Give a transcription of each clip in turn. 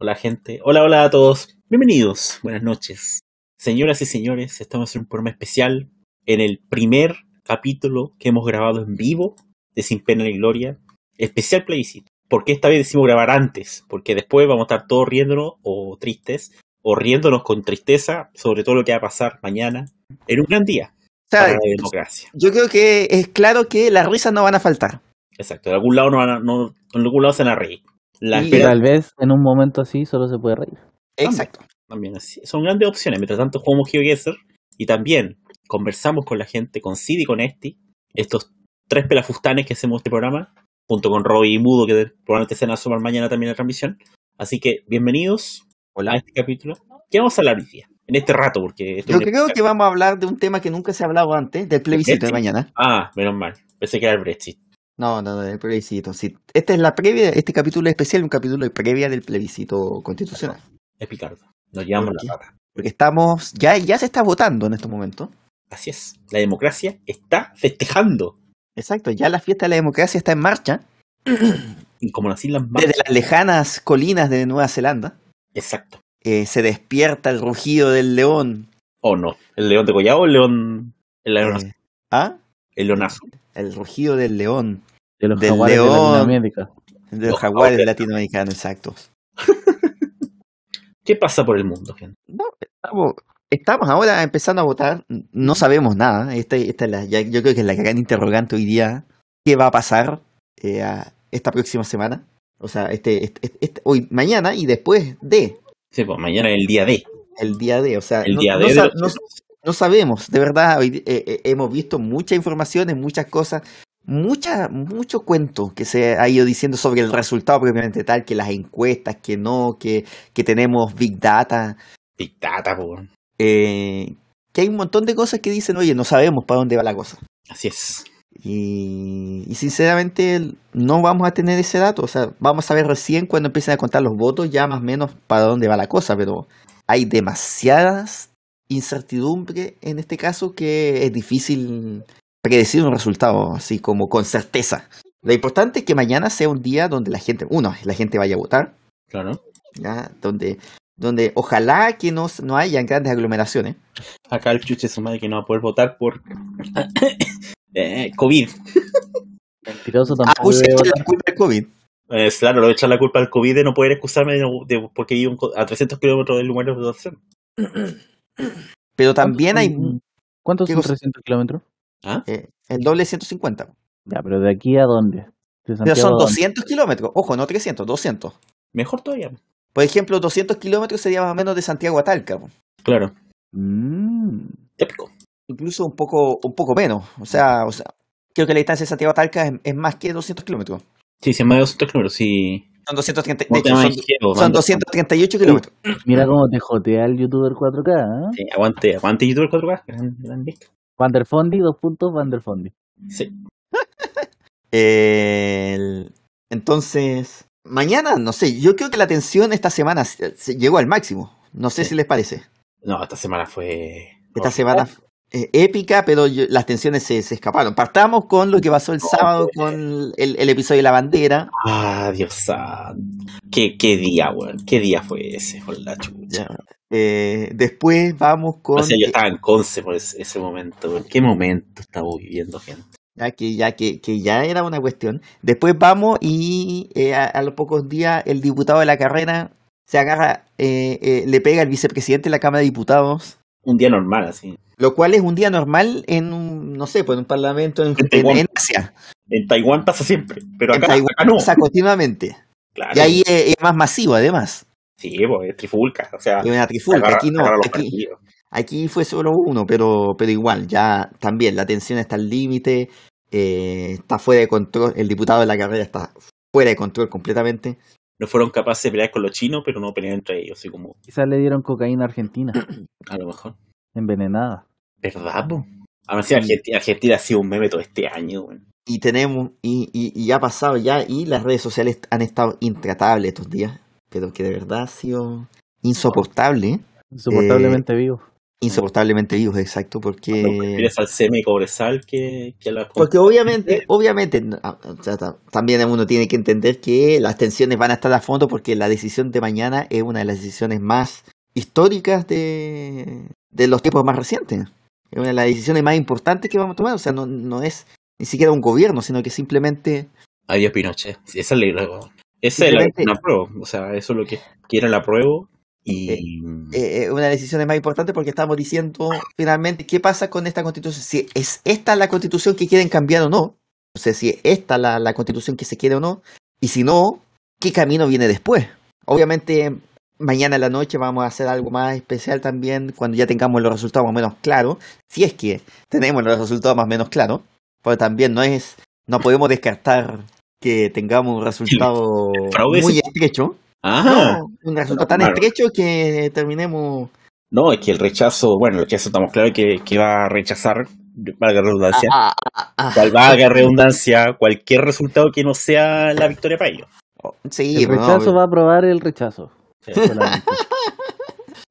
Hola gente, hola, hola a todos, bienvenidos, buenas noches. Señoras y señores, estamos en un programa especial, en el primer capítulo que hemos grabado en vivo de Sin Pena ni Gloria, especial plebiscito. Porque esta vez decimos grabar antes, porque después vamos a estar todos riéndonos o tristes, o riéndonos con tristeza sobre todo lo que va a pasar mañana, en un gran día O sea, para la democracia. yo creo que es claro que las risas no van a faltar. Exacto, de algún lado, no van a- no- en algún lado se van a reír. La Y- Y esperanza tal vez en un momento así solo se puede reír. Exacto. también así. Son grandes opciones. Mientras tanto jugamos GeoGuessr y también conversamos con la gente, con Sid y con Esti, estos tres pelafustanes que hacemos este programa, junto con Roy y Mudo, que de- probablemente se van a asomar mañana también a la transmisión. Así que bienvenidos a este capítulo. ¿Qué vamos a hablar hoy día? En este rato, porque esto Yo es un- creo que vamos a hablar de un tema que nunca se ha hablado antes, del plebiscito de Brexit? mañana. Ah, menos mal. Pensé que era el Brexit. No, no, no, del plebiscito. Sí. Esta es la previa, este capítulo es especial, un capítulo de previa del plebiscito constitucional. Es Picardo. Nos llevamos ¿Por qué? la pata. Porque estamos, ya, ya se está votando en este estos momentos. Así es. La democracia está festejando. Exacto, ya la fiesta de la democracia está en marcha, Y como las Islas más. desde las lejanas colinas de Nueva Zelanda. Exacto. Eh, se despierta el rugido del león. ¿O no? ¿El león de Collado o el león. El león Eh, ¿Ah? El leonazo. El rugido del león. De los Del jaguares de león. Latinoamérica. De Los los jaguares jaguares. latinoamericanos, exactos. ¿Qué pasa por el mundo, gente? No, estamos, estamos ahora empezando a votar. No sabemos nada. Esta, esta es la, ya- yo creo que es la gran interrogante hoy día. ¿Qué va a pasar eh, a esta próxima semana? O sea, este, este- este- este- hoy, mañana y después de Sí, pues mañana es el día D. el día de. O sea, El no, día no D de sa- los no- no sabemos. De verdad, hoy, eh, eh, hemos visto mucha información, muchas cosas, mucha, mucho cuento que se ha ido diciendo sobre el resultado propiamente tal, que las encuestas, que no, que, que tenemos Big Data. Big Data, po, pues, weón. eh, que hay un montón de cosas que dicen, oye, no sabemos para dónde va la cosa. Así es. Y, y sinceramente el- no vamos a tener ese dato, o sea, vamos a ver recién cuando empiecen a contar los votos ya más o menos para dónde va la cosa, pero hay demasiadas incertidumbre en este caso que es difícil predecir un resultado así como con certeza. Lo importante es que mañana sea un día donde la gente, uno, la gente vaya a votar, Claro. ¿ya? Donde, donde ojalá que no, no hayan grandes aglomeraciones. Acá el chuche su madre que no va a poder votar por eh, COVID. Mentiroso Ah, tampoco uy, se debe echa votar. la culpa del COVID. Eh, claro, le voy a echar la culpa al COVID de no poder excusarme de, no- de- porque vivo en co- a 300 kilómetros del lugar de votación. Pero ¿Cuántos también hay son- ¿Cuántos ¿Qué son cosa? 300 kilómetros? eh, el doble 150. Ya, pero ¿de aquí a dónde? ¿De Pero Santiago son a dónde? 200 kilómetros. Ojo, no 300, 200. Mejor todavía. pues. Por ejemplo, 200 kilómetros sería más o menos de Santiago a Talca. po. Claro. Mm, Épico. Incluso un poco, un poco menos. O sea, o sea, creo que la distancia de Santiago a Talca es, es más que 200 kilómetros. Sí, se me dio 200 kilómetros. Sí. Son 230, de No te hecho, son, manejeo, son mando- 238 kilómetros. mira cómo te jotea el youtuber 4K. ¿eh? Sí, aguante, aguante YouTube 4K. Gran, gran disco. Van der Fondi, dos puntos Van der Fondi. Sí. El- Entonces, mañana, no sé, yo creo que la tensión esta semana se- se llegó al máximo. No sé Sí. si les parece. No, esta semana fue. Esta semana eh, épica, pero yo- las tensiones se, se escaparon. Partamos con lo que pasó el sábado con el, el episodio de la bandera. Ah, Dios santo. ¿Qué, qué día, weón. ¿Qué día fue ese? Por la chucha. Eh, después vamos con... O sea, yo eh, estaba en Conce por ese, ese momento. weón. ¿Qué momento estaba viviendo, gente? ya que, ya que, que ya era una cuestión. Después vamos y eh, a, a los pocos días el diputado de la carrera se agarra, eh, eh, le pega al vicepresidente de la Cámara de Diputados. Un día normal, así. Lo cual es un día normal en un, no sé, pues en un parlamento en, En en, Taiwán. en Asia. En Taiwán pasa siempre, pero En acá, Taiwán acá no. pasa continuamente. Claro. Y ahí es, es más masivo además. Sí, pues, es trifulca. O sea, Es una trifulca. agarra- aquí no, agarra los aquí, partidos. Aquí fue solo uno, pero, pero igual, ya también la tensión está al límite, eh, está fuera de control, el diputado de la carrera está fuera de control completamente. No fueron capaces de pelear con los chinos, pero no pelear entre ellos, así como, Quizás le dieron cocaína a Argentina, a lo mejor. envenenada. ¿Verdad, po? Además, sí, Argentina, Argentina ha sido un meme todo este año, weón. Y tenemos, y, y, y ha pasado ya, y las redes sociales han estado intratables estos días, pero que de verdad ha sido insoportable. ¿eh? Insoportablemente vivo. Insoportablemente vivos, exacto, No porque... prefieres al semi cobresal que, que a la Porque obviamente, obviamente, no, ah, o sea, ta- también uno tiene que entender que las tensiones van a estar a fondo porque la decisión de mañana es una de las decisiones más históricas de, de los tiempos más recientes. Es una de las decisiones más importantes que vamos a tomar. O sea, no, no es ni siquiera un gobierno, sino que simplemente... Adiós Pinochet. Sí, Esa es la, la- esa es la, Simplemente- la apruebo. O sea, eso es lo que quieren la apruebo. Y eh, eh, una de las decisiones más importantes porque estamos diciendo finalmente qué pasa con esta constitución. Si es esta la constitución que quieren cambiar o no. O sea, si es esta la, la constitución que se quiere o no. Y si no, ¿qué camino viene después? Obviamente, mañana en la noche vamos a hacer algo más especial también cuando ya tengamos los resultados más o menos claros. Si es que tenemos los resultados más o menos claros. Pero también no es, no podemos descartar que tengamos un resultado fraude muy es- estrecho. ah, No, un resultado tan Claro. estrecho que terminemos no. es que el rechazo, bueno, el rechazo estamos claros que, que va a rechazar, valga la redundancia, Ah, ah, ah, ah. cual valga redundancia, cualquier resultado que no sea la victoria para ellos. Sí, El pero no, eh. rechazo va a aprobar el rechazo. Sí. solamente.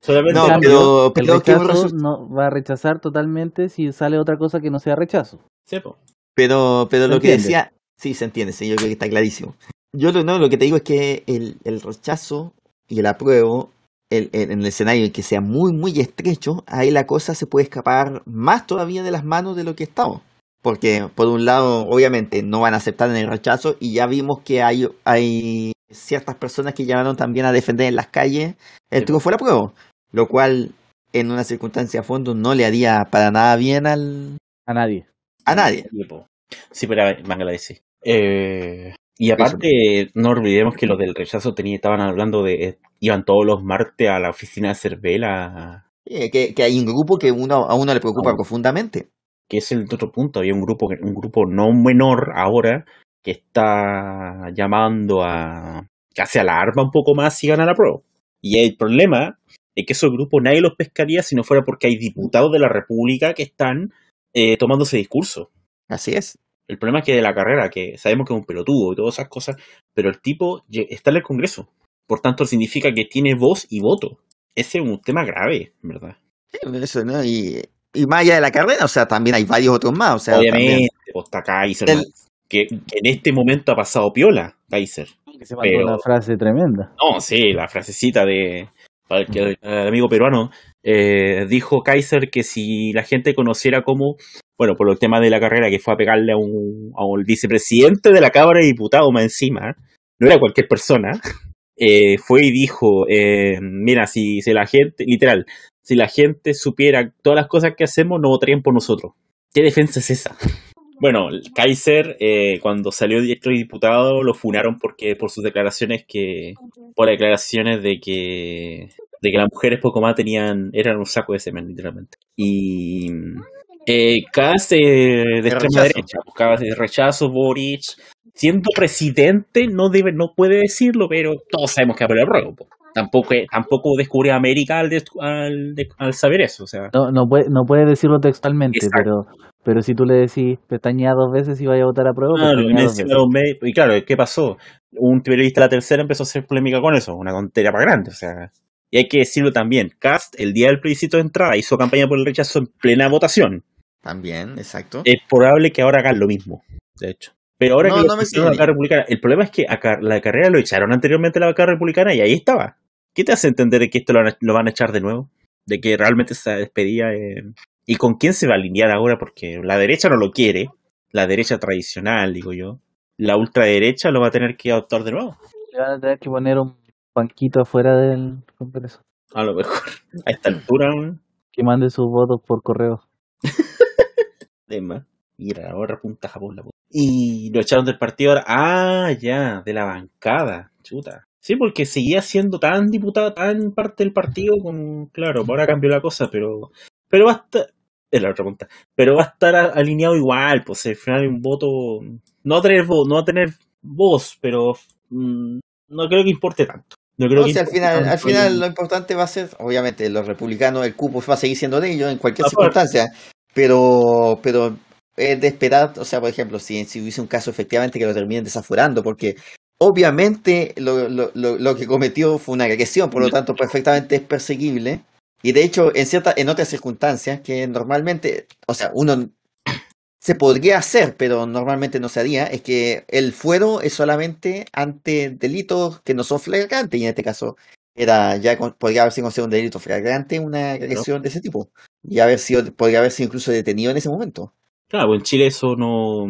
Solamente No, En cambio. pero- el pero que un rechazo resu- no va a rechazar totalmente si sale otra cosa que no sea rechazo. Sí, po. pero, pero ¿Se lo que entiende? decía, sí, se entiende, sí, yo creo que está clarísimo. Yo lo, no, lo que te digo es que el, el rechazo y el apruebo, el- el- en el escenario en que sea muy, muy estrecho, ahí la cosa se puede escapar más todavía de las manos de lo que estamos. Porque, por un lado, obviamente no van a aceptar en el rechazo y ya vimos que hay, hay ciertas personas que llamaron también a defender en las calles el Sí. pues. triunfo del apruebo, lo cual en una circunstancia a fondo no le haría para nada bien al, A nadie. a nadie. Sí, po. Sí, pero van a decir. Eh, y aparte, no olvidemos que los del rechazo tenía, estaban hablando de. eh, Iban todos los martes a la oficina de Cervela Eh, que, que hay un grupo que uno, a uno le preocupa Ah. profundamente. que es el otro punto. Había un grupo, un grupo no menor ahora que está llamando a casi alarma un poco más si gana la prueba. Y el problema es que esos grupos nadie los pescaría si no fuera porque hay diputados de la República que están eh, tomando ese discurso. Así es. El problema es que de la carrera, que sabemos que es un pelotudo y todas esas cosas, pero el tipo lle- está en el Congreso. Por tanto, significa que tiene voz y voto. Ese es un tema grave, ¿verdad? Sí, eso, ¿no? Y, y más allá de la carrera, o sea, también hay varios otros más. O sea, también. Obviamente, pues, está Kaiser, El- ¿no? que, que en este momento ha pasado piola, Kaiser. Que se mandó Pero- una frase tremenda. No, sí, la frasecita de para el, que, el amigo peruano eh, dijo Kaiser que si la gente conociera cómo, bueno, por el tema de la carrera que fue a pegarle a un, a un vicepresidente de la Cámara de Diputados más encima, no era cualquier persona, eh, fue y dijo, eh, mira, si, si la gente, literal, si la gente supiera todas las cosas que hacemos, no votarían por nosotros. ¿Qué defensa es esa? Bueno, el Kaiser, eh, cuando salió directo diputado, lo funaron porque, por sus declaraciones que, por declaraciones de que de que las mujeres poco más tenían eran un saco de semen literalmente y eh, Kass, eh, de El extrema rechazo. derecha buscaba el rechazo Boric siendo presidente no debe no puede decirlo pero todos sabemos que va a el ruego po. tampoco tampoco descubre a América al, des- al, de- al saber eso o sea No, no, puede, no puede decirlo textualmente, Exacto. pero pero si tú le decís pestañea dos veces y vaya a votar a prueba, Claro, y pestañea dos encima veces. los medios- y claro, ¿qué pasó? Un periodista de la tercera empezó a hacer polémica con eso, una tontería para grande, o sea. Y hay que decirlo también, Cast, el día del plebiscito de entrada, hizo campaña por el rechazo en plena votación. También, exacto. Es probable que ahora hagan lo mismo, de hecho. Pero ahora No, que lo no me expulsaron a la extraña. carrera republicana, el problema es que a Car- la carrera lo echaron anteriormente a la carrera republicana y ahí estaba. ¿Qué te hace entender que esto lo van a, lo van a echar de nuevo? De que realmente se despedía. eh, ¿Y con quién se va a alinear ahora? Porque la derecha no lo quiere. La derecha tradicional, digo yo. La ultraderecha lo va a tener que adoptar de nuevo. Le van a tener que poner un banquito afuera del Congreso. A lo mejor. A esta altura, un Que mande sus votos por correo. tema. Mira, ahora punta Japón la puta. Y lo echaron del partido ahora. Ah, ya, de la bancada. Chuta. Sí, porque seguía siendo tan diputado, tan parte del partido, como, claro, ahora cambió la cosa, pero. Pero va a estar. Es la otra pregunta. Pero va a estar a- alineado igual, pues al final hay un voto. No va a tener voz, no va a tener voz, pero mm, no creo que importe tanto. No creo No, que o sea, al importe final, tanto al final el- lo importante va a ser, obviamente, los republicanos, el cupo va a seguir siendo de ellos en cualquier Aparte. circunstancia, pero, pero es de esperar, o sea, por ejemplo, si, si hubiese un caso efectivamente que lo terminen desaforando, porque obviamente lo, lo- lo- lo que cometió fue una agresión, por lo tanto, perfectamente es perseguible, Y de hecho, en cierta, en otras circunstancias que normalmente, o sea, uno se podría hacer, pero normalmente no se haría, es que el fuero es solamente ante delitos que no son flagrantes, y en este caso era ya con- podría haberse considerado un delito flagrante una agresión de ese tipo, y haber sido, podría haberse incluso detenido en ese momento. Claro, pues en Chile eso no,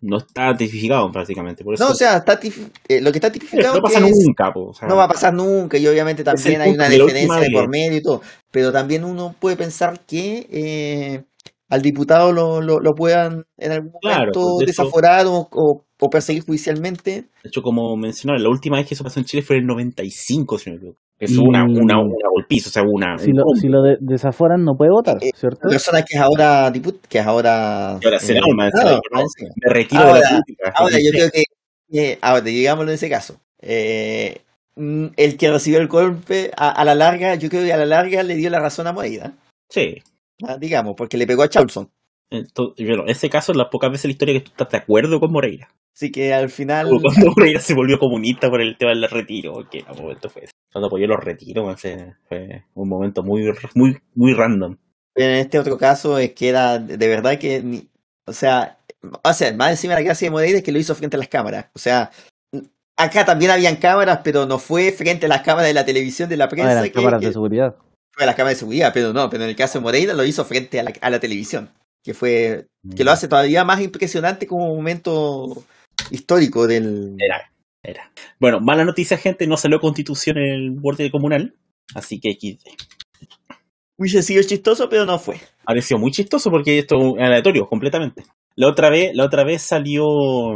no está tipificado prácticamente. Por eso No, o sea, está tipi- eh, lo que está tipificado no es pasa que es- nunca. po, o sea, no va a pasar nunca y obviamente el también hay punto una de la última diferencia de por vez. medio y todo, pero también uno puede pensar que eh, al diputado lo, lo, lo puedan en algún Claro, pues, momento de hecho- desaforar o, o, o perseguir judicialmente. De hecho, como mencionaba, la última vez que eso pasó en Chile fue en el 95, si no me equivoco. Eso hubo Mm. una, Y- una, una golpiza, o sea, una. Si un lo, combo. si lo de- desaforan no puede votar, Eh, ¿cierto? La persona que es ahora diput, que es ahora... Y ahora será eh, más, diputado, será que no. parece. Me retiro de la Ahora- política. Ahora, yo creo que, eh, ahora, digámoslo en ese caso, eh, mm, el que recibió el golpe, a, a la larga, yo creo que a la larga le dio la razón a Moreira, Sí. eh, ah, digamos, porque le pegó a Chaulson. Entonces, bueno, ese caso es las pocas veces en la historia que tú estás de acuerdo con Moreira. Así que al final, Como Cuando Moreira se volvió comunista por el tema del retiro, que a momento fue ese. Cuando apoyó los retiros, man, se- fue un momento muy, muy, muy random. en este otro caso, es que era de de verdad que, ni- o sea, o sea, más encima la gracia de Moreira es que lo hizo frente a las cámaras. O sea, mm, acá también habían cámaras, pero no fue frente a las cámaras de la televisión, de la Ah, prensa, eran que, cámaras que- de seguridad. fue a las cámaras de seguridad, pero no, pero en el caso de Moreira lo hizo frente a la, a la televisión, que fue que lo hace todavía más impresionante como un momento histórico del... Era, era. Bueno, mala noticia, gente, no salió constitución en el borde comunal. Así que aquí Hubiese sido chistoso, pero no fue. ha sido muy chistoso porque esto es aleatorio completamente. La otra vez, la otra vez salió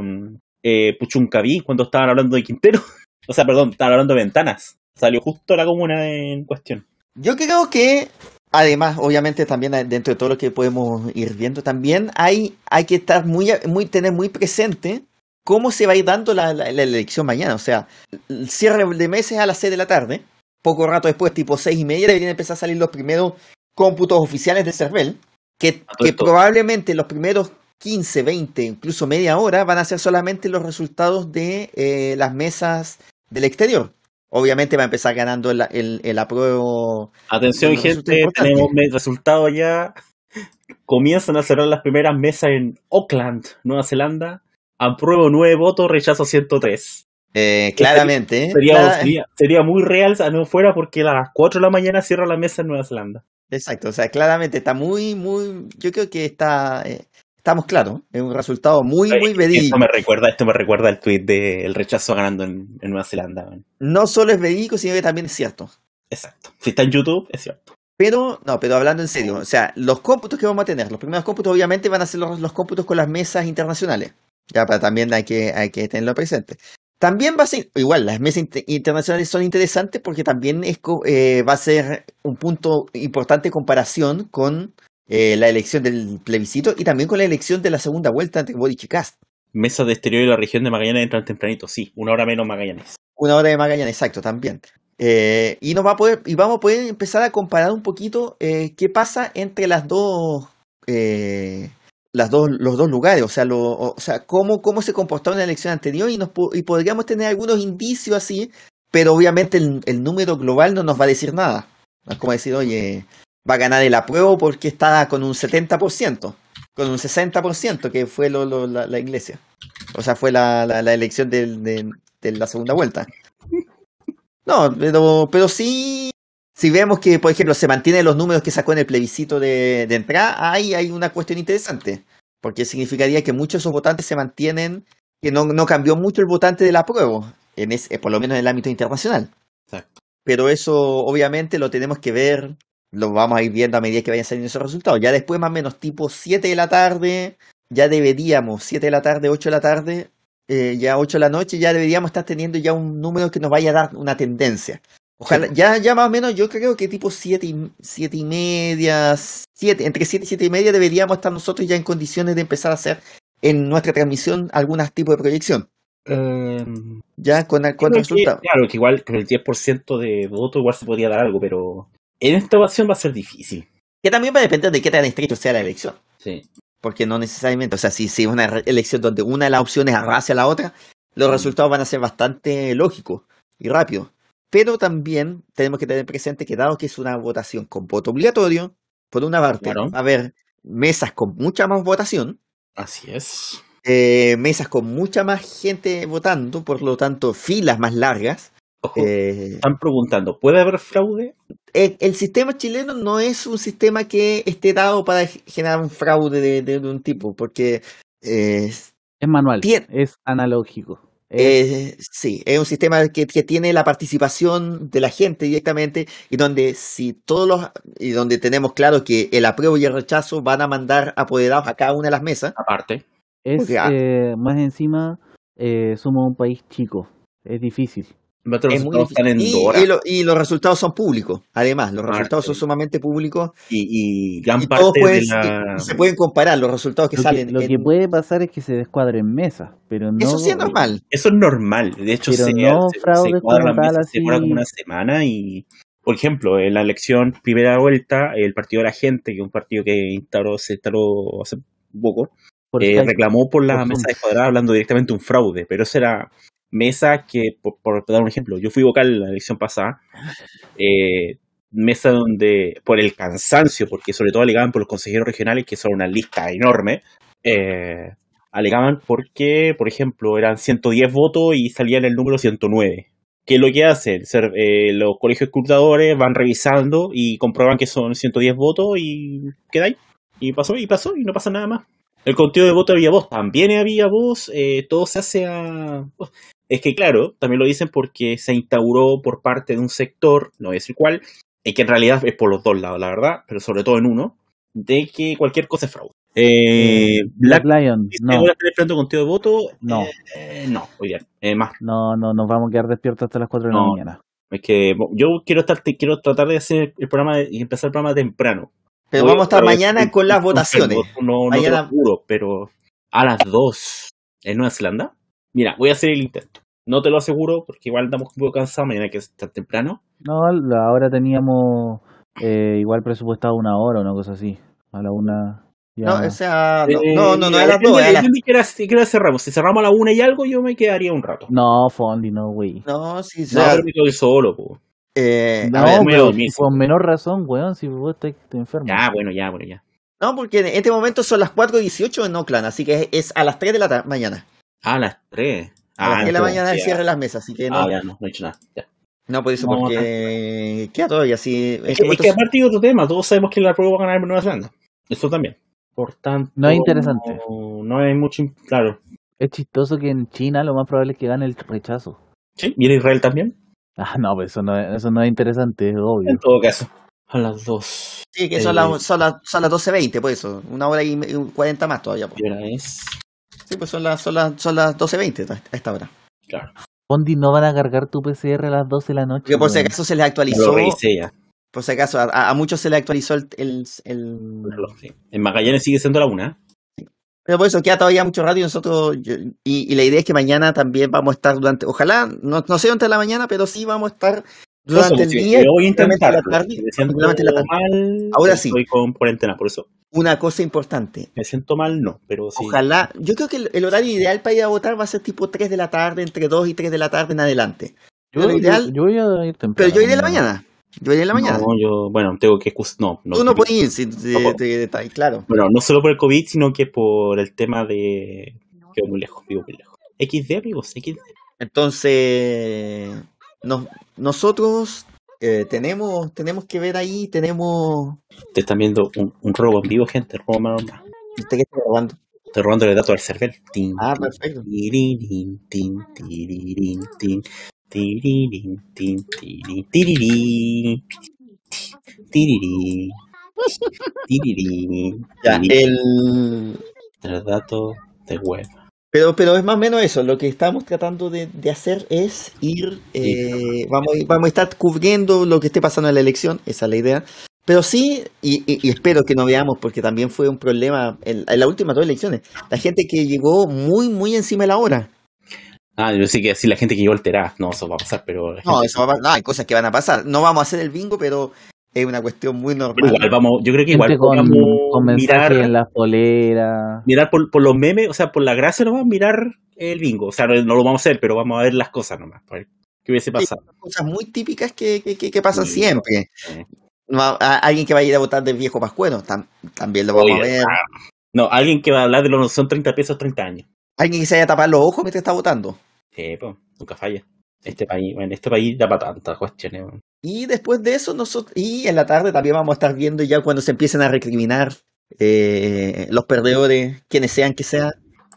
mm, eh, Puchuncaví cuando estaban hablando de Quintero. O sea, perdón, estaban hablando de ventanas. Salió justo la comuna en cuestión. Yo creo que, además, obviamente también dentro de todo lo que podemos ir viendo, también hay, hay que estar muy, muy, tener muy presente cómo se va a ir dando la, la- la elección mañana. O sea, el cierre de meses a las 6 de la tarde, poco rato después, tipo seis y media, deberían empezar a salir los primeros cómputos oficiales de CERVEL, que, A todo que esto. probablemente los primeros 15, 20, incluso media hora, van a ser solamente los resultados de eh, las mesas del exterior. Obviamente va a empezar ganando el, el, el apruebo Atención, Bueno, resulta gente, importante. tenemos el resultado ya. Comienzan a cerrar las primeras mesas en Auckland, Nueva Zelanda. Apruebo 9 votos, rechazo 103. Eh, claramente. ¿eh? Este Sería, Clara- sería, sería muy real si no fuera porque a las 4 de la mañana cierra la mesa en Nueva Zelanda. Exacto, o sea, claramente está muy, muy. Yo creo que está. eh, estamos claros, es un resultado muy, muy Esto me verídico. recuerda, esto me recuerda el tweet de El rechazo ganando en, en Nueva Zelanda. man. No solo es verídico, sino que también es cierto. Exacto. Si está en YouTube, es cierto. Pero, no, pero hablando en serio, o sea, los cómputos que vamos a tener, los primeros cómputos obviamente van a ser los, los cómputos con las mesas internacionales. Ya, para también hay que, hay que tenerlo presente. También va a ser, igual, las mesas inter- internacionales son interesantes porque también es, co- eh, va a ser un punto importante de comparación con eh, la elección del plebiscito y también con la elección de la segunda vuelta entre Boric y Kast. Mesa de exterior y la región de Magallanes entran tempranito, sí. Una hora menos Magallanes. Una hora de Magallanes, exacto, también. Eh, y nos va a poder, y vamos a poder empezar a comparar un poquito eh, qué pasa entre las dos, eh, las dos, los dos lugares, o sea, lo, o sea, cómo, cómo se comportó en la elección anterior y nos po- y podríamos tener algunos indicios así, pero obviamente el, el número global no nos va a decir nada. No es como decir, oye, va a ganar el apruebo porque está con un 70%, con un 60% que fue lo- lo- la, la iglesia. O sea, fue la, la, la elección del- de, de la segunda vuelta. No, pero, pero sí, si vemos que, por ejemplo, se mantienen los números que sacó en el plebiscito de, de entrada, ahí hay una cuestión interesante, porque significaría que muchos de esos votantes se mantienen, que no, no cambió mucho el votante del apruebo, en ese- por lo menos en el ámbito internacional. Exacto. Pero eso obviamente lo tenemos que ver, lo vamos a ir viendo a medida que vayan saliendo esos resultados. Ya después, más o menos tipo 7 de la tarde, ya deberíamos, 7 de la tarde, 8 de la tarde, eh, ya 8 de la noche, ya deberíamos estar teniendo ya un número que nos vaya a dar una tendencia. Ojalá, ya, ya más o menos, yo creo que tipo 7 y, siete y media, siete, entre 7 y 7 y media deberíamos estar nosotros ya en condiciones de empezar a hacer en nuestra transmisión algún tipo de proyección, ya con, con Creo Mm. que- resultados. claro, que igual con el 10% de voto igual se podría dar algo, pero en esta ocasión va a ser difícil. Que también va a depender de qué tan estrecho sea la elección. Sí. Porque no necesariamente, o sea, si si es una re- elección donde una de las opciones arrasa a la otra, los resultados van a ser bastante lógicos y rápidos. Pero también tenemos que tener presente que dado que es una votación con voto obligatorio, por una parte Claro. va a haber mesas con mucha más votación, Así es. eh, mesas con mucha más gente votando, por lo tanto filas más largas. Ojo, eh, están preguntando, ¿puede haber fraude? el, el sistema chileno no es un sistema que esté dado para ge- generar un fraude de, de- de un tipo, porque eh, Es manual, Tien- es analógico. Es, eh, sí, es un sistema que, que tiene la participación de la gente directamente y donde si todos los y donde tenemos claro que el apruebo y el rechazo van a mandar apoderados a cada una de las mesas. Aparte. es, porque, ah. eh, más encima, eh, somos un país chico. Es difícil. Nuestros Es muy resultados están en difícil. Y, Dora. y lo- y los resultados son públicos. Además, los resultados son Marte. sumamente públicos Y, y gran y todos parte pueden, de la. y- y se pueden comparar los resultados que Lo que, salen. lo que en- puede pasar es que se descuadren mesas, pero no. Eso sí es normal. Eso es normal. De hecho, Pero se, no se- se fraudes cuadra como la mesa, tal, se demora como así. una semana y. Por ejemplo, en la elección primera vuelta, el Partido de la Gente, que es un partido que instauró, se instaló hace poco, por eh, Skype. reclamó por la por mesa Zoom. descuadrada hablando directamente de un fraude, pero esa era mesa que, por, por dar un ejemplo, yo fui vocal en la elección pasada, eh, mesa donde por el cansancio, porque sobre todo alegaban por los consejeros regionales, que son una lista enorme, eh, alegaban porque, por ejemplo, eran 110 votos y salían el número 109. ¿Qué es lo que hacen? Ser- eh, los colegios escrutadores van revisando y comprueban que son 110 votos y queda ahí. Y pasó, y pasó, y no pasa nada más. El conteo de votos había voz, también había voz, eh, todo se hace a... Es que claro, también lo dicen porque se instauró por parte de un sector, no voy a decir cuál, y que en realidad es por los dos lados, la verdad, pero sobre todo en uno, de que cualquier cosa es fraude. Eh, Eh, Black Black Lion, Dice, no, ahora están esperando conteo de votos. No. Eh, eh, no, muy bien. Eh, más, no, no, nos vamos a quedar despiertos hasta las 4 de la No. mañana. es que bo- yo quiero estar, te- quiero tratar de hacer el programa de- y empezar el programa temprano. Pero Voy vamos a estar otra vez mañana con- con las con- votaciones. No, no te Mañana- lo juro, pero a las 2 en Nueva Zelanda. Mira, voy a hacer el intento. No te lo aseguro porque igual andamos un poco cansados. Mañana hay que estar temprano. No, la- ahora teníamos eh, igual presupuestado una hora, una cosa así. A la una. Ya, No, o sea, no, Eh, no, no, no, mira, a las depende dos, de- a las- depende de qué hora- qué hora cerramos. Si cerramos a la 1 y algo, yo me quedaría un rato. No, no, Fondi, no, güey. No, sí, o sea, pero me quedo solo, po. eh, a No, ver, me voy a pero dormir, sí. con menor razón, weón, si vos estás estás Mm. enfermo. Ya, bueno, ya, bueno, ya. no, porque en este momento son las 4.18 en Oakland, así que es, es a las 3 de la ta- mañana. A las 3. A las 3 de la no, mañana el Ah, ya. cierre de las mesas, así que no, Ah, ya, no, no he hecho nada. ya. no por eso, No, porque queda todavía así. En Es, que, este es momento que aparte hay otro tema, todos sabemos que la prueba va a ganar en Nueva Zelanda. Eso también. Por tanto. No es interesante. No, no hay mucho. in- Claro. Es chistoso que en China lo más probable es que gane el rechazo. Sí, y en Israel también. Ah, no, pero eso no, es- eso no es interesante, es obvio. En todo caso. A las 2. sí, que son las, son las, son las 12.20, por eso, una hora y me- y 40 más todavía. pues. ¿Qué hora es? Sí, pues son las, son las, son las 12.20 a esta hora. Claro. Fondi, no van a cargar tu PCR a las 12 de la noche. Porque por si weón. acaso se les Ya lo actualizó, revisé ya. por si acaso, a, a muchos se les actualizó el, el, el- Sí. En Magallanes sigue siendo la 1. Pero por eso queda todavía mucho rato y nosotros, yo- y, y la idea es que mañana también vamos a estar durante, ojalá, no, no sé durante la mañana, pero sí vamos a estar durante el día, Voy a particularmente intentarlo. la tarde, Me siento particularmente la tarde. mal. Ahora pero sí. Estoy con cuarentena, por eso. Una cosa importante, Me siento mal, no. Pero sí. ojalá, yo creo que el, el horario ideal para ir a votar va a ser tipo 3 de la tarde, entre 2 y 3 de la tarde en adelante. Yo, Lo ideal- yo, yo voy a ir temprano. Pero yo iré en la mañana. mañana, yo iré en la mañana. Mm. No, yo. Bueno, tengo que. excus- No, no. Tú no tengo- puedes ir si te, Ojo. te- te- claro. Bueno, no solo por el COVID, sino que por el tema de. Quedo muy lejos, vivo muy lejos. XD, amigos, XD. Entonces, nos- nosotros eh, tenemos, tenemos que ver ahí, tenemos... Te están viendo un, un robo en vivo, gente. Robo mano armada. Usted que está grabando. Te robando el dato al server. Tin, Ah, tin, perfecto. tiririn, tin, tiririn, tin, tiririn, tin, tiririn, tiririn, tiririn, tiririn, Ya, eh. tiririn. el... El dato de web. Pero, pero es más o menos eso. Lo que estamos tratando de, de hacer es ir, eh, vamos, a ir- vamos a estar cubriendo lo que esté pasando en la elección, esa es la idea. Pero sí, y, y- y espero que no veamos, porque también fue un problema en, en las últimas dos elecciones. La gente que llegó muy, muy encima de la hora. Ah, yo sí que así la gente que llegó alterada. No, eso va a pasar, pero. la No, gente- eso va a pa- no, hay cosas que van a pasar. No vamos a hacer el bingo, pero es una cuestión muy Pero igual, normal. vamos. Yo creo que igual Gente con, podríamos con mensajes mirar. en las poleras. mirar por, por los memes, o sea, por la gracia nomás, mirar el bingo. O sea, no, no lo vamos a hacer, pero vamos a ver las cosas nomás. para ver ¿Qué hubiese pasado? Cosas muy típicas que, que, que- que pasan Sí. siempre. Sí. No, a- a- alguien que va a ir a votar del viejo pascuero, tam- también lo vamos Oye, ah. a ver. No, alguien que va a hablar de los son 30 pesos 30 años. Alguien que se vaya a tapar los ojos mientras está votando. Sí, pues, nunca falla. Este país, bueno, este país da para tantas cuestiones. weón. Y después de eso, nosotros, y en la tarde también vamos a estar viendo ya cuando se empiecen a recriminar eh, los perdedores, quienes sean que sean,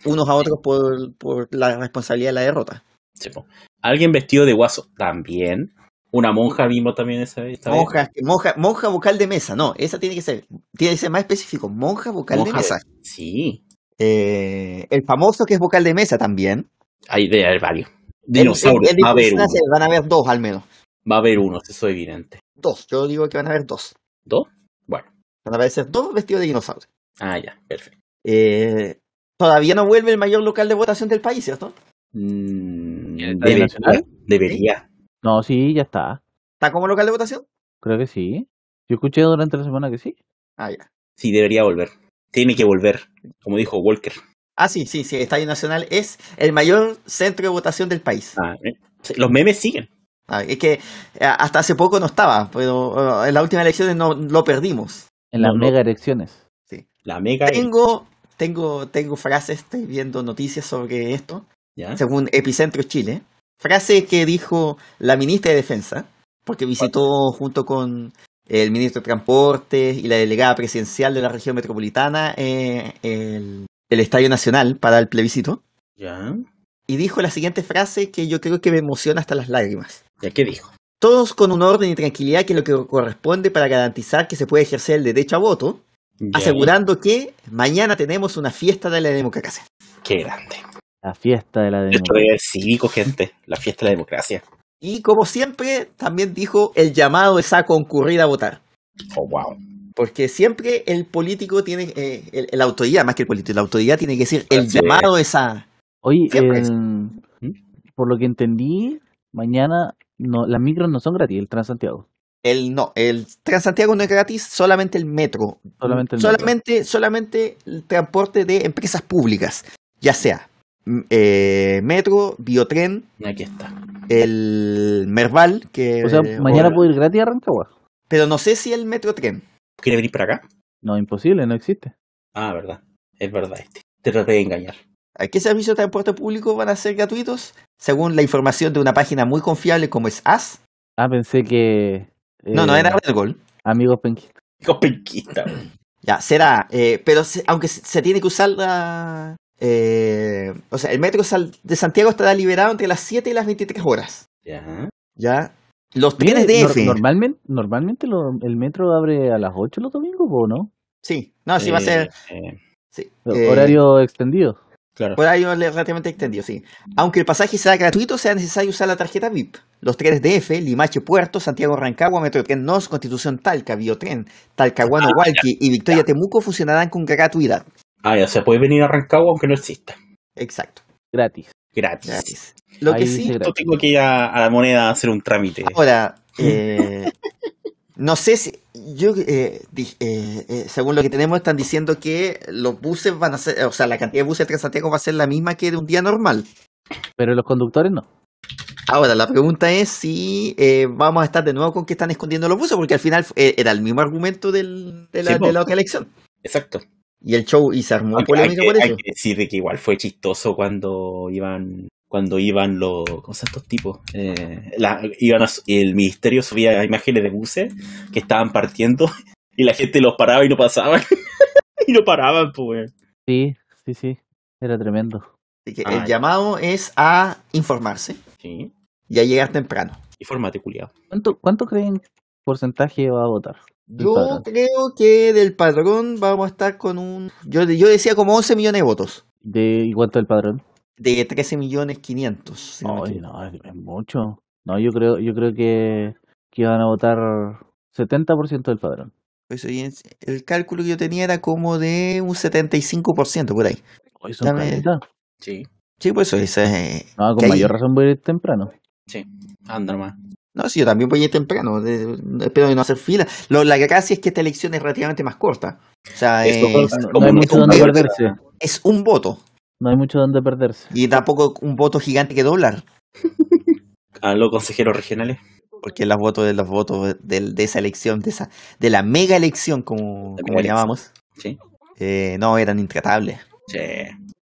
unos a otros por, por la responsabilidad de la derrota. Sí, po. Alguien vestido de guaso también. Una monja vimos también esa vez. esta vez. Monja, monja, monja vocal de mesa, no, esa tiene que ser, tiene que ser más específico, monja vocal Monja de mesa. Sí, Eh, el famoso que es vocal de mesa también. hay de haber varios. Es- Dinosaurios, es de va a haber uno. personas, van a haber dos al menos. Va a haber uno, eso es evidente. Dos, yo digo que van a haber dos. ¿Dos? Bueno. Van a aparecer dos vestidos de dinosaurio. Ah, ya, perfecto. Eh, todavía no vuelve el mayor local de votación del país, ¿cierto? Mm, ¿El Estadio debería, Nacional? debería. No, sí, ya está. ¿Está como local de votación? Creo que sí. Yo escuché durante la semana que sí. Ah, ya. Sí, debería volver. Tiene que volver, como dijo Walker. Ah, sí, sí, sí. Estadio Nacional es el mayor centro de votación del país. Ah, eh. Sí, Los memes siguen. Ah, es que eh, hasta hace poco no estaba, pero eh, en las últimas elecciones no lo perdimos. En las No, no. mega elecciones. La mega. Tengo, tengo, tengo frases, estoy viendo noticias sobre esto. ¿ya? según Epicentro Chile, frase que dijo la ministra de Defensa, porque visitó junto con el ministro de Transportes y la delegada presidencial de la región metropolitana eh, el, el Estadio Nacional para el plebiscito, ¿Ya? y dijo la siguiente frase que yo creo que me emociona hasta las lágrimas. ¿Ya qué dijo? Todos con un orden y tranquilidad que es lo que corresponde para garantizar que se puede ejercer el derecho a voto, Ya. asegurando que mañana tenemos una fiesta de la democracia. Qué grande. La fiesta de la Esto democracia. debe ser cívico, gente. La fiesta de la democracia. Y como siempre, también dijo el llamado es a concurrir a votar. Oh, wow. Porque siempre el político tiene, eh, el, la autoridad, más que el político, la autoridad tiene que decir, el Sí. llamado es a... Oye, Siempre es. en- por lo que entendí, mañana no, las micros no son gratis, el Transantiago. El, no, el Transantiago no es gratis, solamente el metro. Solamente el metro. solamente, solamente el transporte de empresas públicas, ya sea mm, eh, metro, biotren, Aquí está. el Merval, que... O sea, eh, mañana o- puedo ir gratis a Rancagua. pero no sé si el metrotren. ¿Quiere venir para acá? No, imposible, no existe. Ah, verdad. Es verdad este. Te traté de engañar. ¿A ¿Qué servicios de transporte público van a ser gratuitos? Según la información de una página muy confiable como es AS. Ah, pensé que. No, no eh, era Redgol. Amigos penquistas. Digo, penquista. weón. Ya, será, eh, pero se- aunque se, se tiene que usar la... eh, o sea, el metro sal- de Santiago estará liberado entre las 7 y las 23 horas. Ya. ¿Ya? Los Mira, trenes de nor- F. normalmente normalmente lo- el metro abre a las 8 los domingos, ¿o no? Sí, no, Ah, sí va a ser... Eh, eh, sí, eh, Horario extendido. claro. horario le- relativamente extendido, sí. Aunque el pasaje sea gratuito, sea necesario usar la tarjeta VIP. Los trenes de F, Limache Puerto, Santiago Rancagua, Metrotren Nos, Constitución Talca, Biotren, Talcahuano Ah, Hualqui y Victoria Temuco funcionarán con gratuidad. Ah, ya. O sea, puedes venir a Rancagua aunque no exista. Exacto, Gratis. Gratis. gratis. Lo Ahí que dice sí... Yo tengo que ir a, a la moneda a hacer un trámite. Ah, Ahora, eh, no sé si. Yo, eh, di- eh, eh, según lo que tenemos, están diciendo que los buses van a ser. O sea, la cantidad de buses de Transantiago va a ser la misma que de un día normal. Pero los conductores no. Ahora, la pregunta es si eh, vamos a estar de nuevo con que están escondiendo los buses, porque al final eh, era el mismo argumento del- de, la, Sí, po. de la otra elección. Exacto. Y Ah, el show, y se armó Aunque hay, polémica que, por hay eso. que decir de que igual fue chistoso cuando iban cuando iban los ¿cómo se llama estos tipos Eh, la- iban a su- el ministerio subía imágenes de buses que estaban partiendo y la gente los paraba y no pasaban y no paraban pues weón. Sí, sí, sí. Era tremendo. Así que Ah, el ya. llamado es a informarse sí y a llegar temprano. y formate culiado ¿Cuánto, cuánto creen porcentaje va a votar? Yo padrón. creo que del padrón vamos a estar con un. Yo, yo decía como 11 millones de votos. De, ¿Y cuánto el padrón? De 13 millones 500. si no me Ay, equivoco. no, es es mucho. No, yo creo, yo creo que, que van a votar 70% del padrón. Pues, oye, el cálculo que yo tenía era como de un 75% por ahí. Hoy son Dame- caleta. sí Sí, pues eso ese, eh, No, que con ahí- mayor razón voy a ir temprano. anda nomás No, sí, yo también voy a ir temprano. de- de- espero no hacer fila. Lo, la gracia es que esta elección es relativamente más corta. O sea, Eso, es, pues, No, no Como hay un mucho donde convierta. perderse. es un voto. No hay mucho donde perderse. Y tampoco un voto gigante que doblar. a los consejeros regionales. Porque los votos de los votos de, de esa elección, de esa, de la mega elección, como, La mega como elección. llamamos, Sí. eh, no eran intratables. Sí.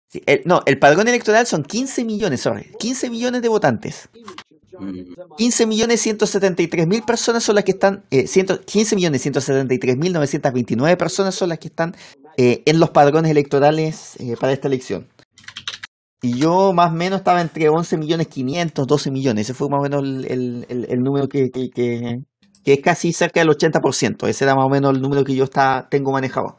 Sí, el- no, el padrón electoral son 15 millones, sorry, 15 millones de votantes. Mm. 15 millones 173 mil personas son las que están, eh, 100 15 millones 173 mil 929 personas son las que están eh, en los padrones electorales eh, para esta elección. Y yo más o menos estaba entre 11 millones 500, 12 millones. Ese fue más o menos el, el- el- el número que, que, que- que es casi cerca del 80%. Ese era más o menos el número que yo está, tengo manejado.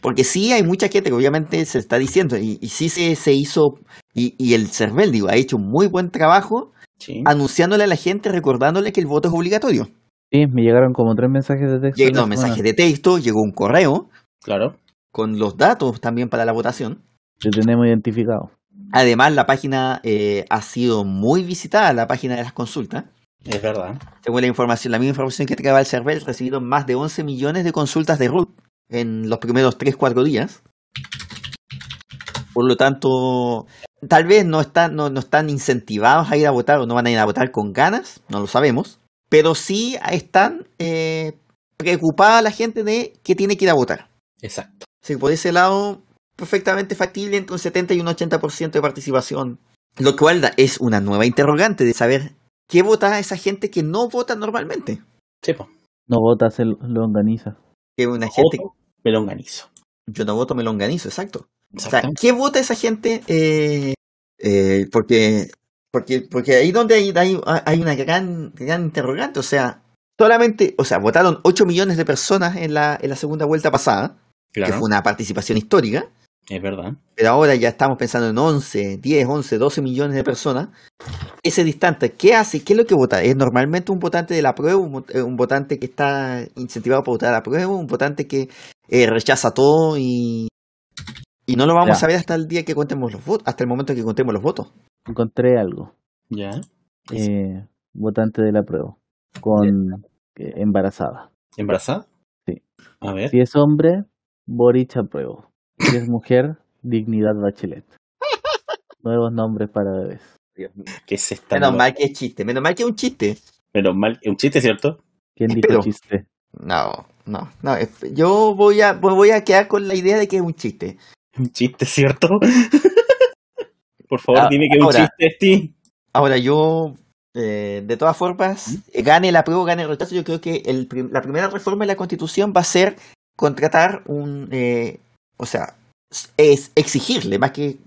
Porque sí hay mucha gente que obviamente se está diciendo y, y sí se, se hizo, y, y el CERVEL, digo, ha hecho un muy buen trabajo Sí. anunciándole a la gente, recordándole que el voto es obligatorio. Sí, me llegaron como tres mensajes de texto. en la Llegaron semana. mensajes de texto, llegó un correo Claro. con los datos también para la votación. Te tenemos identificado. Además, la página eh, ha sido muy visitada, la página de las consultas. Es verdad. Según la información, la misma información que entregaba el CERVEL, recibieron más de 11 millones de consultas de RUT en los primeros 3-4 días. Por lo tanto, tal vez no están, no, no están incentivados a ir a votar o no van a ir a votar con ganas, no lo sabemos. Pero sí están eh, preocupada la gente de que tiene que ir a votar. Exacto. Así que por ese lado, perfectamente factible entre un 70 y un 80% de participación. Lo cual da- es una nueva interrogante de saber qué vota esa gente que no vota normalmente. Sí, po. No votas, él lo organiza. Que una gente Voto, me lo organizo. yo no voto, me lo organizo, exacto. O sea, Exacto. ¿qué vota esa gente? Eh, eh, porque, porque, porque ahí donde hay, hay, hay una gran, gran interrogante. O sea, solamente, o sea, votaron 8 millones de personas en la, en la segunda vuelta pasada, que claro. fue una participación histórica. Es verdad. pero ahora ya estamos pensando en 11, 10, 11, 12 millones de personas, ese distante, ¿qué hace? ¿Qué es lo que vota? ¿Es normalmente un votante de la prueba, un, vot- eh, un votante que está incentivado por votar a la prueba, un votante que eh, rechaza todo y, y no lo vamos Ya. a ver hasta el día que contemos los votos, hasta el momento que contemos los votos? Encontré algo. Ya. Eso. Eh, votante de la prueba. Con eh, embarazada. ¿Embarazada? Sí. A ver. Si es hombre, Boric apruebo. Si es mujer, Dignidad Bachelet. Nuevos nombres para bebés. ¿Qué es esta? Menos nueva- mal que es chiste, menos mal que es un chiste. Menos mal. Es un chiste, ¿cierto? ¿Quién Espero. dijo chiste? No, no, no, es- yo voy a, voy a quedar con la idea de que es un chiste. Un chiste, ¿cierto? Por favor, Ah, dime que es un ahora. chiste, Esti. Ahora yo, eh, de todas formas, eh, gane el apruebo, gane el rechazo, yo creo que el prim- la primera reforma de la Constitución va a ser contratar un, eh, o sea, s- es exigirle, más que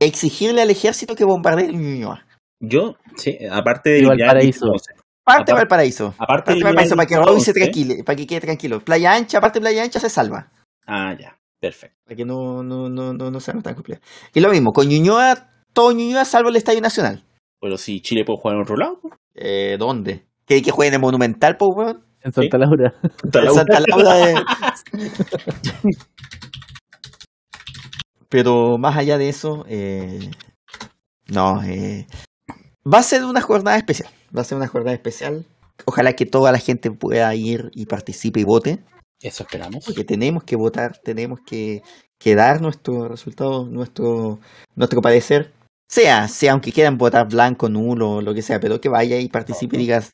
exigirle al ejército que bombardee el Ñuñoa. Yo, sí, aparte de Viva liberar el Valparaíso. distrito Parte Apar- Valparaíso. 11. Aparte de Parte liberar Valparaíso el para que distrito Robin se 11. tranquile, para que quede tranquilo. Playa Ancha, aparte Playa Ancha se salva. Ah, ya. Perfecto. Para que no, no, no, no, no sean tan complicados. Y lo mismo, con Ñuñoa, todo Ñuñoa salvo el Estadio Nacional. Pero si Chile puede jugar en otro lado. pues. Eh, ¿dónde? ¿Que, que jueguen en Monumental, po, weón? En Santa Laura. En Santa Laura de- Pero más allá de eso, eh, no, eh, va a ser una jornada especial. Va a ser una jornada especial. Ojalá que toda la gente pueda ir y participe y vote, Eso esperamos. porque tenemos que votar, tenemos que, que dar nuestro resultado, nuestro, nuestro parecer. Sea, sea, aunque quieran votar blanco, nulo, lo que sea, pero que vaya y participe y digas,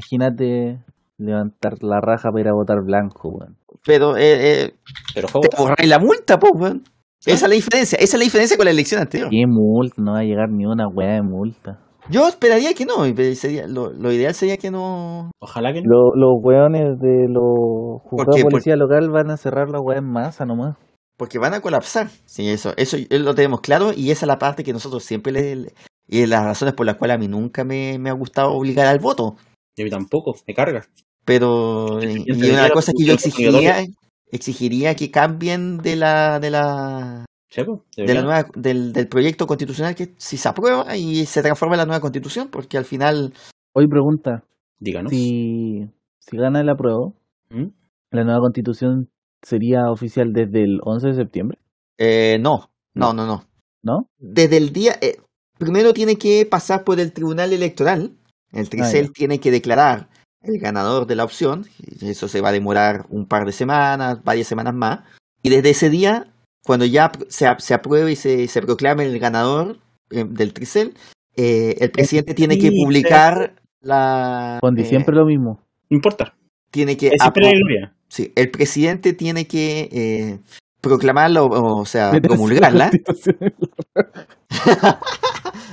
Imagínate levantar la raja para ir a votar blanco, weón. pero eh, eh, Pero juego. te borré la multa, po, weón. Esa es la diferencia, esa es la diferencia con la elección anterior. ¿Qué multa? No va a llegar ni una weá de multa. Yo esperaría que no, y sería- lo, lo ideal sería que no. Ojalá que no. Los, los weones de los juzgados qué? de Por- policía local van a cerrar la weá en masa nomás. Porque van a colapsar. Sí, eso, eso eh, lo tenemos claro y esa es la parte que nosotros siempre le. le- y las razones por las cuales a mí nunca me, me ha gustado obligar al voto. Yo tampoco. Me carga. Pero. eh, Y Independiente de una que la cosa que yo constitución exigiría. Exigiría que cambien de la. de la. Sí, pues, de la debería. nueva. del, del proyecto constitucional que si se aprueba y se transforma en la nueva constitución. Porque al final. Hoy pregunta, Díganos. si, si gana el apruebo, ¿Mm? ¿la nueva constitución sería oficial desde el 11 de septiembre? eh, no. No, no, no. ¿No? desde el día. eh, primero tiene que pasar por el tribunal electoral. El Tricel Ah, ya. tiene que declarar el ganador de la opción. y Eso se va a demorar un par de semanas, varias semanas más. Y desde ese día, cuando ya apro- se, a- se apruebe y se, se proclame el ganador eh, del Tricel, eh, el presidente tiene que sí, publicar la... Fondi, eh, siempre lo mismo. No importa. tiene que... Es siempre apro- la gloria. sí, el presidente tiene que eh, proclamarla, o, o sea, Meterse en la promulgarla. Constitución.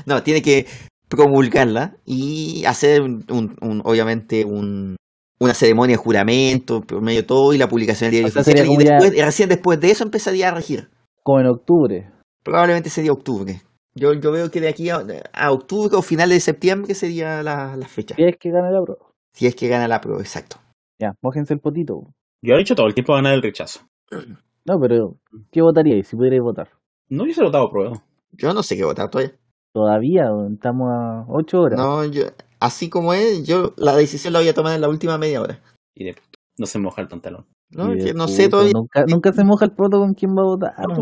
No, tiene que promulgarla y hacer un, un- un- obviamente un, una ceremonia de juramento, por medio de todo, y la publicación del diario O sea, oficial. sería Y como ya- después- y recién después de eso empezaría a regir. Como en octubre. Probablemente sería octubre. Yo, yo veo que de aquí a, a octubre o finales de septiembre sería la, la fecha. Y es que gana la pro. Si es que gana la pro, exacto. Ya, mójense el potito. Yo he hecho todo el tiempo ganar el rechazo. No, pero ¿qué votaríais si pudierais votar? No hubiese votado prueba. Yo no sé qué votar todavía. Todavía, weón, estamos a 8 horas. No, yo, así como es, yo la decisión la voy a tomar en la última media hora. Y de puto. No se moja el pantalón. No, Y de Que no sé puta, todavía. Nunca, nunca se moja el proto con quién va a votar.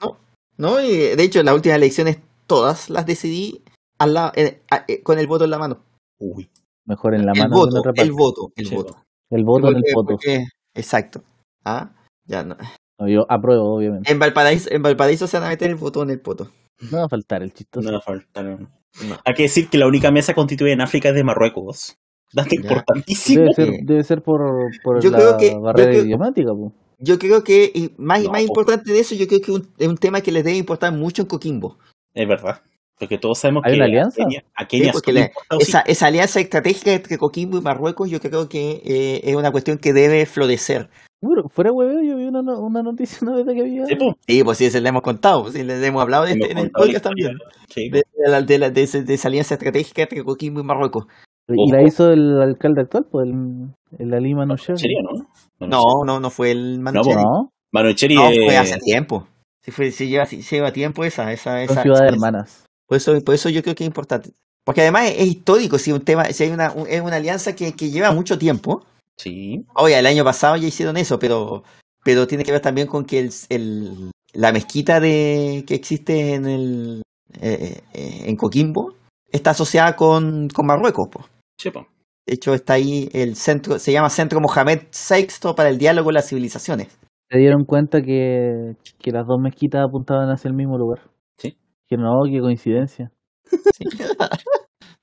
No, No, y de hecho las últimas elecciones todas las decidí al lado- eh, a- eh, con el voto en la mano. Uy. Mejor en la el, mano que en voto, otra el parte. voto, el sí, voto, El voto en el Porque- poto. porque- exacto. Ah, ya no. No, yo apruebo, obviamente. En Valparaíso, en Valparaíso se van a meter el voto en el poto. No va a faltar el chistoso. No faltaron. No. Hay que decir que la única mesa constituida en África es de Marruecos. Dato Ya. importantísimo. Debe ser, eh. debe ser por, por Yo la creo que- yo barrera creo- idiomática. po. Yo creo que, y más, No, más po. importante de eso, yo creo que un- es un tema que les debe importar mucho en Coquimbo. Es verdad. Porque todos sabemos ¿Hay que una a alianza? Kenia, a Kenia porque solo la- importa Esa, Osito. esa alianza estratégica entre Coquimbo y Marruecos, yo creo que eh, es una cuestión que debe florecer. Bueno, fuera hueveo, yo vi una, no- una noticia una vez de que había. Sí, po. Sí, pues sí, se le hemos contado, sí, les hemos hablado de Hemos este- en el contado la podcast historia. también. Sí, po. de, de la, de, la- de ese- de esa alianza estratégica entre Coquimbo y Marruecos. y la Ojo. hizo el alcalde actual, pues el, el Ali Manouchian. Sería, pues, ¿no? No, Manucheri. no, no fue el No, pues Manucheri. No, Manucheri fue eh, hace tiempo. Sí, fue, sí lleva, sí lleva tiempo esa, esa, Son esa. ciudades esa- hermanas. Por eso, por eso yo creo que es importante. Porque además es, es histórico, si un tema, si hay una, un- es una alianza que, que lleva mucho tiempo. Sí. Oye, el año pasado ya hicieron eso, pero, pero tiene que ver también con que el, el- la mezquita de, que existe en el eh, eh, en Coquimbo está asociada con, con Marruecos, po. sí, pues. po. De hecho, está ahí el centro, se llama Centro Mohamed VI para el diálogo con las civilizaciones. Se dieron cuenta que, que las dos mezquitas apuntaban hacia el mismo lugar. Sí. Que no, qué coincidencia. Sí.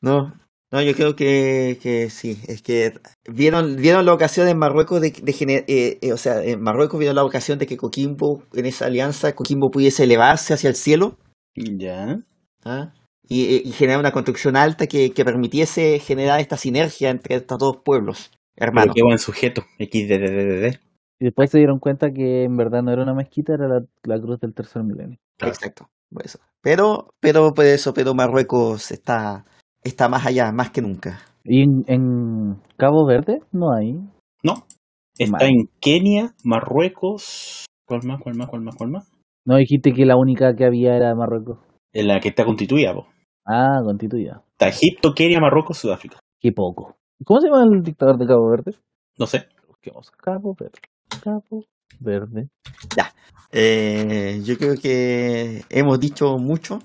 no, no, yo creo que, que sí, es que vieron, vieron la ocasión en Marruecos de, de gener- eh, eh, o sea, en Marruecos vieron la ocasión de que Coquimbo, en esa alianza, Coquimbo pudiese elevarse hacia el cielo Ya. ¿ah? y, eh, y generar una construcción alta que, que permitiese generar esta sinergia entre estos dos pueblos, Pero hermanos. qué buen sujeto. XDDDD. Y después se dieron cuenta que en verdad no era una mezquita, era la, la cruz del tercer milenio. Claro. Exacto, por eso. Pero, pero por eso, pero Marruecos está, está más allá, más que nunca. Y en, en Cabo Verde no hay. No. Está Mal. en Kenia, Marruecos. ¿Cuál más? ¿Cuál más? ¿Cuál más? ¿Cuál más? No dijiste que la única que había era Marruecos. En la que está constituida, po. Ah, constituida. Está Egipto, Kenia, Marruecos, Sudáfrica. Qué poco. ¿Cómo se llama el dictador de Cabo Verde? No sé. Busquemos Cabo Verde. Cabo Verde. Eh, yo creo que hemos dicho mucho,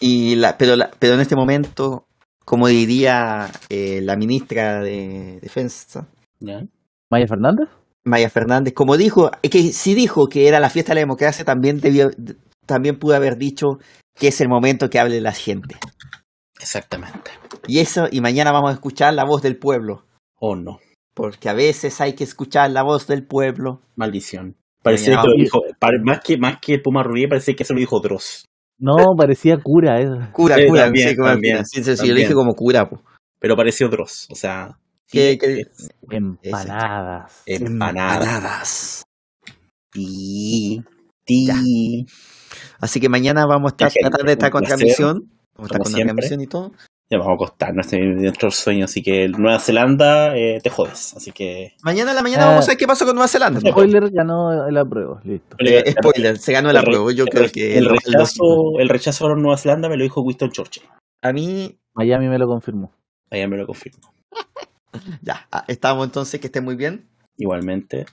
y la, pero, la- pero en este momento, como diría eh, la ministra de Defensa, Ya. Maya Fernández. Maya Fernández, como dijo, es que si dijo que era la fiesta de la democracia, también, debió, también pudo haber dicho que es el momento que hable la gente. Exactamente. Y eso, y mañana vamos a escuchar la voz del pueblo, O Oh, no. porque a veces hay que escuchar la voz del pueblo. Maldición. Parece Mañana que lo vamos. dijo. pare- más, que, más que Puma Rubí, parece que eso lo dijo Dross. No, parecía cura. eh. Cura, Sí, cura, también, sí, como al también, final. Sí, sí, sí, yo también. le dije como cura, po. Pero pareció Dross. O sea. sí, Que- que- es Empanadas. Em- Empanada. Empanadas. Ti. Ti. Así que mañana vamos a estar Ya, gente, tratar de estar un con placer. transmisión. Vamos a estar Como con la siempre. transmisión y todo. Ya vamos a acostar nuestro, nuestro sueño. Así que Nueva Zelanda, eh, te jodes. Así que. Mañana a la mañana Ah. vamos a ver qué pasó con Nueva Zelanda. ¿no? Spoiler ganó el apruebo. Listo. Eh, spoiler, se ganó la el re- prueba. Yo el creo re- que el lo más lógico. rechazo, el rechazo a los Nueva Zelanda me lo dijo Winston Churchill. A mí, Miami me lo confirmó. Allá me lo confirmo. ya, ah, estamos entonces, que esté muy bien. Igualmente.